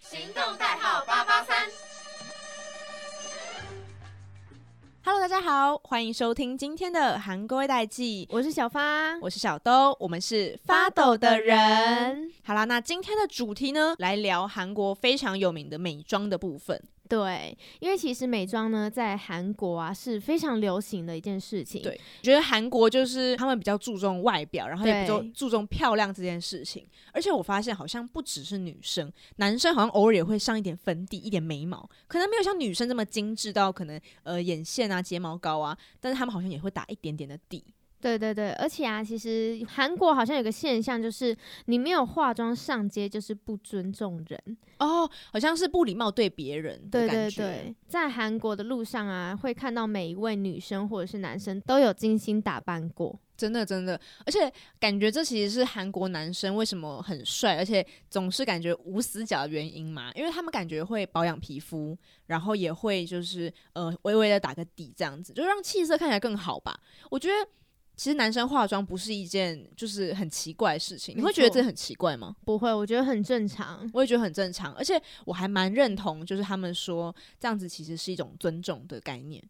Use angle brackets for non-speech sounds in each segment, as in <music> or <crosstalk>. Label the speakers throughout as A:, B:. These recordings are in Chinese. A: 行动代号八八三。
B: Hello，大家好，欢迎收听今天的韩国代记，我是小发，我是小兜，我们是发抖的人。好啦，那今天的主题呢，来聊韩国非常有名的美妆的部分。
C: 对，因为其实美妆呢，在韩国啊是非常流行的一件事情。
B: 对我觉得韩国就是他们比较注重外表，然后也比较
C: 对
B: 注重漂亮这件事情。而且我发现好像不只是女生，男生好像偶尔也会上一点粉底、一点眉毛，可能没有像女生这么精致到可能呃眼线啊、睫毛膏啊，但是他们好像也会打一点点的底。
C: 对对对，而且啊，其实韩国好像有个现象，就是你没有化妆上街就是不尊重人。
B: 哦，好像是不礼貌对别人的
C: 对
B: 感
C: 对
B: 觉。
C: 对，在韩国的路上啊，会看到每一位女生或者是男生都有精心打扮过。
B: 真的真的，而且感觉这其实是韩国男生为什么很帅，而且总是感觉无死角的原因嘛，因为他们感觉会保养皮肤，然后也会就是呃微微的打个底这样子，就让气色看起来更好吧。我觉得其实男生化妆不是一件就是很奇怪的事情，你
C: 没
B: 会觉得
C: 错
B: 这很奇怪吗？
C: 不会，我觉得很正常。
B: 我也觉得很正常，而且我还蛮认同，就是他们说这样子其实是一种尊重的概念。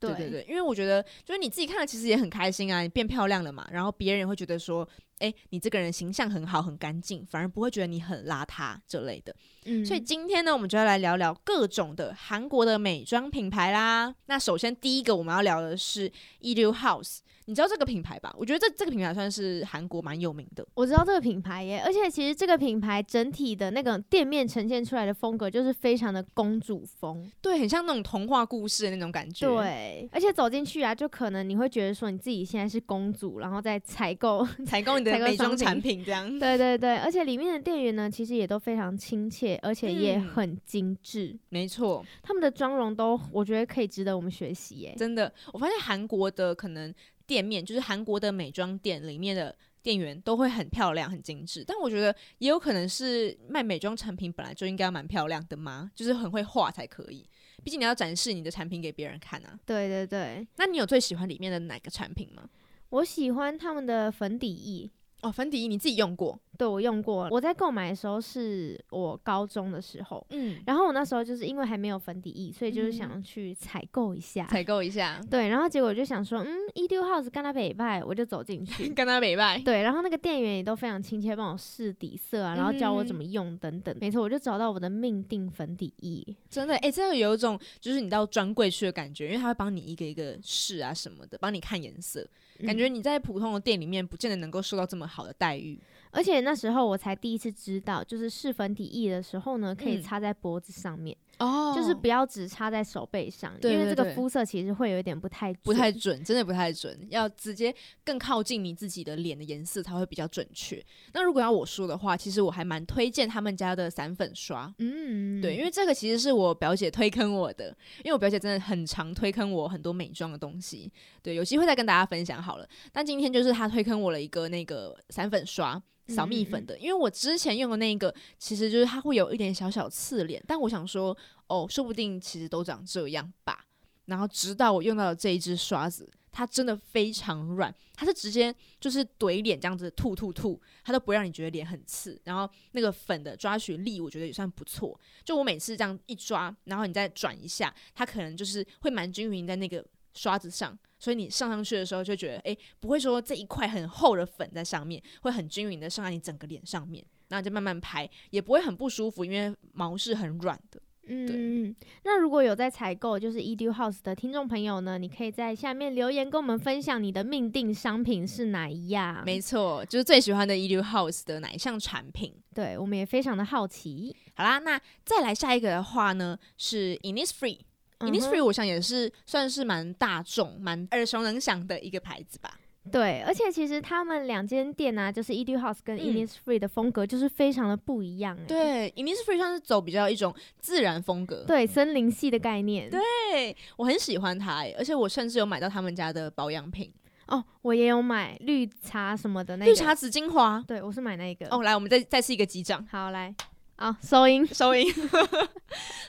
B: 对对对，因为我觉得就是你自己看了，其实也很开心啊，你变漂亮了嘛，然后别人也会觉得说，哎、你这个人形象很好，很干净，反而不会觉得你很邋遢这类的。
C: 嗯，
B: 所以今天呢，我们就要来聊聊各种的韩国的美妆品牌啦。那首先第一个我们要聊的是 e l u House，你知道这个品牌吧？我觉得这这个品牌算是韩国蛮有名的。
C: 我知道这个品牌耶，而且其实这个品牌整体的那个店面呈现出来的风格就是非常的公主风。
B: 对，很像那种童话故事的那种感觉。
C: 对， <laughs> 而且走进去啊，就可能你会觉得说你自己现在是公主，然后在采购。 <laughs>
B: 采购你的
C: 采购
B: 美妆
C: 商品
B: 产品这样。
C: <laughs> 对对对，而且里面的店员呢，其实也都非常亲切，而且也
B: 嗯
C: 很精致，
B: 没错，
C: 他们的妆容都我觉得可以值得我们学习耶。
B: 真的，我发现韩国的可能店面，就是韩国的美妆店里面的店员都会很漂亮、很精致。但我觉得也有可能是卖美妆产品本来就应该要蛮漂亮的嘛，就是很会画才可以。毕竟你要展示你的产品给别人看啊。
C: 对对对，
B: 那你有最喜欢里面的哪个产品吗？
C: 我喜欢他们的粉底液。
B: 哦，粉底液你自己用过？
C: 对我用过，我在购买的时候是我高中的时候，
B: 嗯，
C: 然后我那时候就是因为还没有粉底液，所以就是
B: 嗯
C: 想去采购一下。
B: 采购一下，
C: 对，然后结果我就想说，嗯，一六 house 干他北拜，我就走进
B: <laughs>
C: 去。
B: <laughs> 跟他美拜。
C: 对，然后那个店员也都非常亲切，帮我试底色啊，然后教我怎
B: 嗯
C: 么用等等。没错，我就找到我的命定粉底液。
B: 真的，哎、真的有一种就是你到专柜去的感觉，因为他会帮你一个一个试啊什么的，帮你看颜色。感觉
C: 嗯，
B: 你在普通的店里面，不见得能够受到这么好的待遇。
C: 而且那时候我才第一次知道，就是试粉底液的时候呢，可以
B: 嗯
C: 擦在脖子上面，
B: 哦
C: 就是不要只擦在手背上，
B: 对
C: 因
B: 对
C: 为这
B: 对
C: 个肤色其实会有一点不太
B: 不太
C: 准
B: 准，真的不太准，要直接更靠近你自己的脸的颜色才会比较准确。那如果要我说的话，其实我还蛮推荐他们家的散粉刷。
C: 嗯，
B: 对，因为这个其实是我表姐推坑我的，因为我表姐真的很常推坑我很多美妆的东西。对，有机会再跟大家分享好了。但今天就是她推坑我了一个那个散粉刷。扫蜜粉的，因为我之前用的那个，其实就是它会有一点小小刺脸，但我想说，哦，说不定其实都长这样吧。然后直到我用到了这一支刷子，它真的非常软，它是直接就是怼脸这样子吐吐吐，它都不会让你觉得脸很刺。然后那个粉的抓取力，我觉得也算不错。就我每次这样一抓，然后你再转一下，它可能就是会蛮均匀在那个刷子上，所以你上上去的时候就觉得，诶，不会说这一块很厚的粉在上面，会很均匀的上在你整个脸上面，然后你就慢慢拍，也不会很不舒服，因为毛是很软的。
C: 嗯，嗯那如果有在采购就是 Edu House 的听众朋友呢，你可以在下面留言跟我们分享你的命定商品是哪一样。
B: 没错，就是最喜欢的 Edu House 的哪一项产品？
C: 对，我们也非常的好奇。
B: 好啦，那再来下一个的话呢，是 Innisfree。Innisfree
C: 嗯
B: 我想也是算是蛮大众、蛮耳熟能详的一个牌子吧。
C: 对，而且其实他们两间店呢、啊，就是 Edu House 跟
B: 嗯
C: Innisfree 的风格就是非常的不一样、欸。
B: 对，Innisfree 算是走比较一种自然风格。
C: 对，森林系的概念。对
B: 对，我很喜欢它、欸，而且我甚至有买到他们家的保养品，
C: 哦，我也有买绿茶什么的那个。
B: 绿茶，紫精华。
C: 对我是买那一个。
B: 哦，来，我们再再次一个击掌。
C: 好来，啊、收音。
B: 收 <laughs> 银。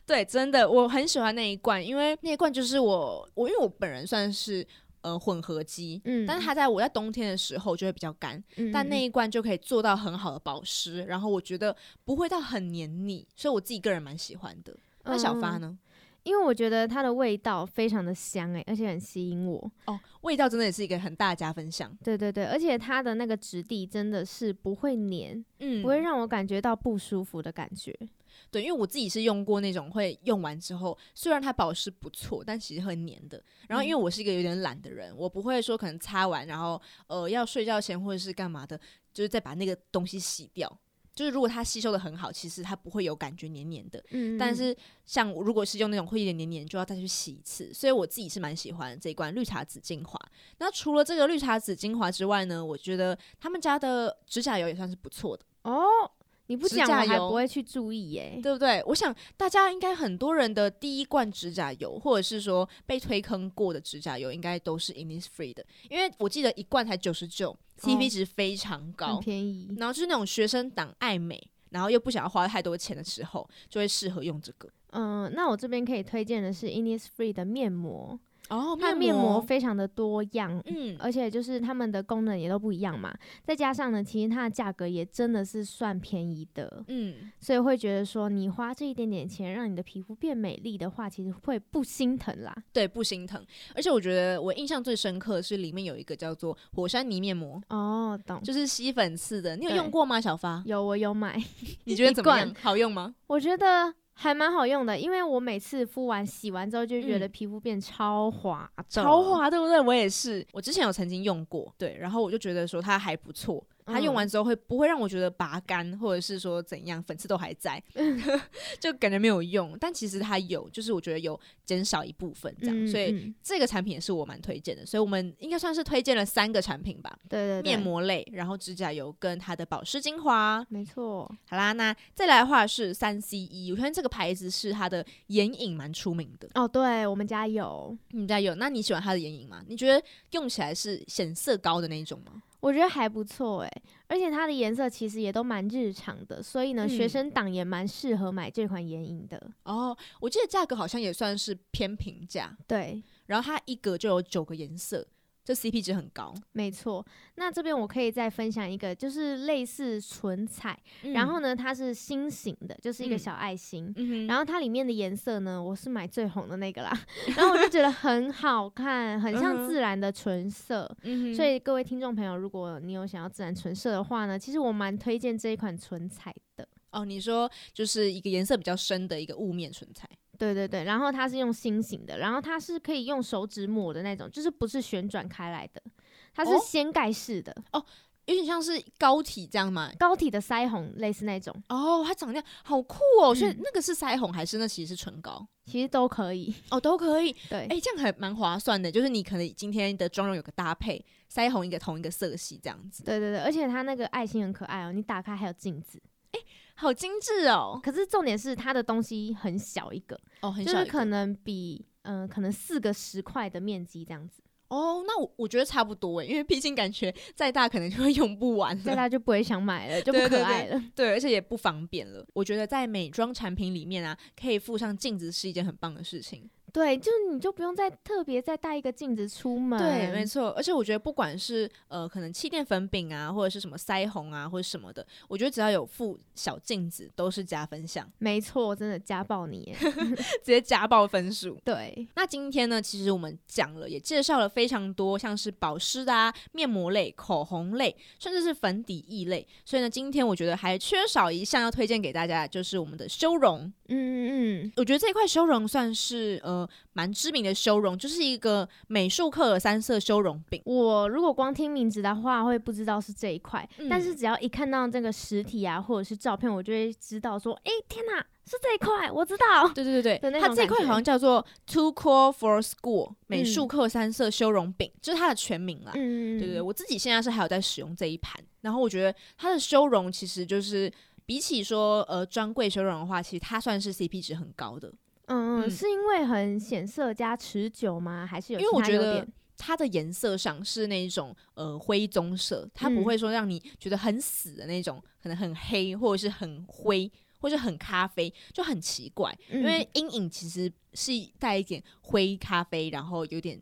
B: 对，真的，我很喜欢那一罐，因为那一罐就是我，我因为我本人算是呃混合肌，
C: 嗯
B: 但是它在我在冬天的时候就会比较干，
C: 嗯
B: 但那一罐就可以做到很好的保湿，然后我觉得不会到很黏腻，所以我自己个人蛮喜欢的。那小发？
C: 嗯
B: 呢？
C: 因为我觉得它的味道非常的香哎、而且很吸引我。
B: 哦，味道真的也是一个很大的加分项，
C: 对对对，而且它的那个质地真的是不会黏，
B: 嗯
C: 不会让我感觉到不舒服的感觉。
B: 对，因为我自己是用过那种会用完之后，虽然它保湿不错，但其实很黏的。然后因为我是一个有点懒的人，我不会说可能擦完，然后呃要睡觉前或者是干嘛的，就是再把那个东西洗掉。就是如果它吸收的很好，其实它不会有感觉黏黏的。
C: 嗯，
B: 但是像我如果是用那种会有点黏黏，就要再去洗一次。所以我自己是蛮喜欢这一罐绿茶籽精华。那除了这个绿茶籽精华之外呢，我觉得他们家的指甲油也算是不错的。
C: 哦，你不
B: 指
C: 讲
B: 甲
C: 我还
B: 油
C: 不会去注意哎、
B: 对不对？我想大家应该很多人的第一罐指甲油，或者是说被推坑过的指甲油，应该都是 Innisfree 的，因为我记得一罐才九十九，CP 值非常高。
C: 哦很便宜。
B: 然后就是那种学生党爱美，然后又不想要花太多钱的时候，就会适合用这个。
C: 嗯、那我这边可以推荐的是 Innisfree 的面膜，
B: 哦
C: 它的面膜，非常的多样。
B: 嗯，
C: 而且就是它们的功能也都不一样嘛，再加上呢，其实它的价格也真的是算便宜的，
B: 嗯，
C: 所以会觉得说你花这一点点钱让你的皮肤变美丽的话，其实会不心疼啦。
B: 对，不心疼。而且我觉得我印象最深刻的是里面有一个叫做火山泥面膜，
C: 哦，懂。
B: 就是吸粉刺的，你有
C: 对
B: 用过吗？小发，
C: 有我有买， <laughs>
B: 你觉得
C: 一
B: 怎么
C: 罐
B: 样？好用吗？
C: 我觉得还蛮好用的，因为我每次敷完洗完之后就觉得
B: 嗯
C: 皮肤变超滑的，
B: 超滑，对不对？我也是，我之前有曾经用过，对，然后我就觉得说它还不错，它用完之后会不会让我觉得拔干，或者是说怎样，粉刺都还在， <laughs> 就感觉没有用。但其实它有，就是我觉得有减少一部分这样，
C: 嗯
B: 所以
C: 嗯
B: 这个产品也是我蛮推荐的。所以我们应该算是推荐了三个产品吧，
C: 对对对
B: 面膜类，然后指甲油跟它的保湿精华。
C: 没错，
B: 好啦，那再来的话是三 C E，我相信这个牌子是它的眼影蛮出名的。
C: 哦，对我们家有，
B: 你家嗯有？那你喜欢它的眼影吗？你觉得用起来是显色膏的那一种吗？
C: 我觉得还不错哎，而且它的颜色其实也都蛮日常的，所以呢，
B: 嗯
C: 学生党也蛮适合买这款眼影的。
B: 哦，我记得价格好像也算是偏平价，
C: 对，
B: 然后它一格就有九个颜色，这 CP 值很高。
C: 没错。那这边我可以再分享一个，就是类似唇彩，然后
B: 呢，
C: 呢，它是心形的，就是一个
B: 嗯
C: 小爱心。
B: 嗯哼，
C: 然后它里面的颜色呢，我是买最红的那
B: <laughs>
C: 个啦，然后我就觉得很好看，很
B: 嗯哼
C: 像自然的唇色。
B: 嗯
C: 所以各位听众朋友，如果你有想要自然唇色的话呢，其实我蛮推荐这一款唇彩的。
B: 哦，你说就是一个颜色比较深的一个雾面唇彩，
C: 对对对，然后它是用心形的，然后它是可以用手指抹的那种，就是不是旋转开来的，它是
B: 哦
C: 掀盖式的、
B: 有点像是膏体这样嘛。
C: 膏体的腮红，类似那种，
B: 哦，它长那样，好酷哦！所以
C: 嗯
B: 那个是腮红还是那其实是唇膏？
C: 其实都可以。 <laughs>
B: 哦，都可以。
C: 对，
B: 哎、这样还蛮划算的，就是你可能今天的妆容有个搭配，腮红一个同一个色系这样子，
C: 对对对，而且它那个爱心很可爱哦，你打开还有镜子。
B: 好精致哦。
C: 可是重点是它的东西很小一个，
B: 哦，很
C: 就
B: 小
C: 是
B: 一个
C: 可能比嗯、呃可能四个十块的面积这样
B: <laughs>
C: 子，
B: 哦，那我我觉得差不多诶，欸因为毕竟感觉 <laughs> 再大可能就会用不完
C: 大
B: 了， <laughs>
C: 家就不会想买了，就不
B: 对对
C: 可
B: 对
C: 爱了。 <laughs>
B: 对，而且也不方便了。我觉得在美妆产品里面啊，可以附上镜子是一件很棒的事情。
C: 对，就是你就不用再特别再带一个镜子出门。
B: 对，没错。而且我觉得不管是呃，可能气垫粉饼啊，或者是什么腮红啊，或者什么的，我觉得只要有附小镜子，都是加分项， <laughs>
C: 没错，真的家暴你耶。
B: 直接加爆分数。 <laughs>
C: 对，
B: 那今天呢，其实我们讲了，也介绍了非常多，像是保湿的啊、面膜类、口红类，甚至是粉底液类。所以呢，今天我觉得还缺少一项要推荐给大家的，就是我们的修容。
C: 嗯嗯嗯，
B: 我觉得这一块修容算是呃蛮知名的修容，就是一个美术课的三色修容饼。
C: 我如果光听名字的话，会不知道是这一块，
B: 嗯
C: 但是只要一看到这个实体啊，或者是照片，我就会知道说，哎、天哪，是这一块，我知道。
B: 对对对
C: 的
B: 对，
C: 那
B: 它
C: 种
B: 这一块
C: 感觉
B: 好像叫做 Too Cool for School 美术课三色修容饼，这、是它的全名啦。
C: 嗯，嗯嗯
B: 对对对，我自己现在是还有在使用这一盘，然后我觉得它的修容其实就是比起说呃专柜修容的话，其实它算是 CP 值很高的，
C: 嗯嗯，
B: 嗯
C: 是因为很显色加持久吗？还是有
B: 因为我
C: 其他
B: 觉
C: 优
B: 得
C: 点
B: 它的颜色上是那一种呃灰棕色，它
C: 嗯
B: 不会说让你觉得很死的那种，可能很黑或者是很灰。或者很咖啡就很
C: 嗯
B: 奇怪，因为阴影其实是带一点灰咖啡，然后有点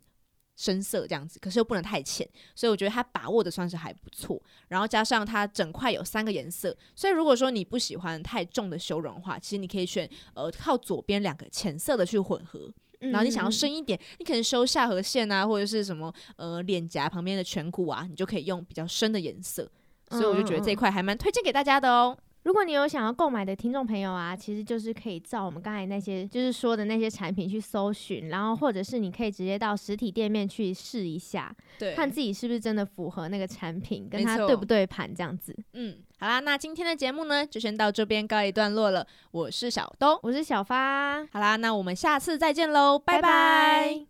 B: 深色这样子，可是又不能太浅，所以我觉得它把握的算是还不错。然后加上它整块有三个颜色，所以如果说你不喜欢太重的修容的话，其实你可以选呃靠左边两个浅色的去混合，
C: 嗯
B: 然后你想要深一点，你可能修下颌线啊，或者是什么呃脸颊旁边的颧骨啊，你就可以用比较深的颜色。所以我就觉得这一
C: 块。
B: 块
C: 嗯嗯
B: 还蛮推荐给大家的哦。
C: 如果你有想要购买的听众朋友啊，其实就是可以照我们刚才那些就是说的那些产品去搜寻，然后或者是你可以直接到实体店面去试一下，
B: 对
C: 看自己是不是真的符合那个产品，跟它
B: 没错
C: 对不对盘这样子。
B: 嗯，好啦，那今天的节目呢，就先到这边告一段落了。我是小东，
C: 我是小发，
B: 好啦，那我们下次再见喽，拜拜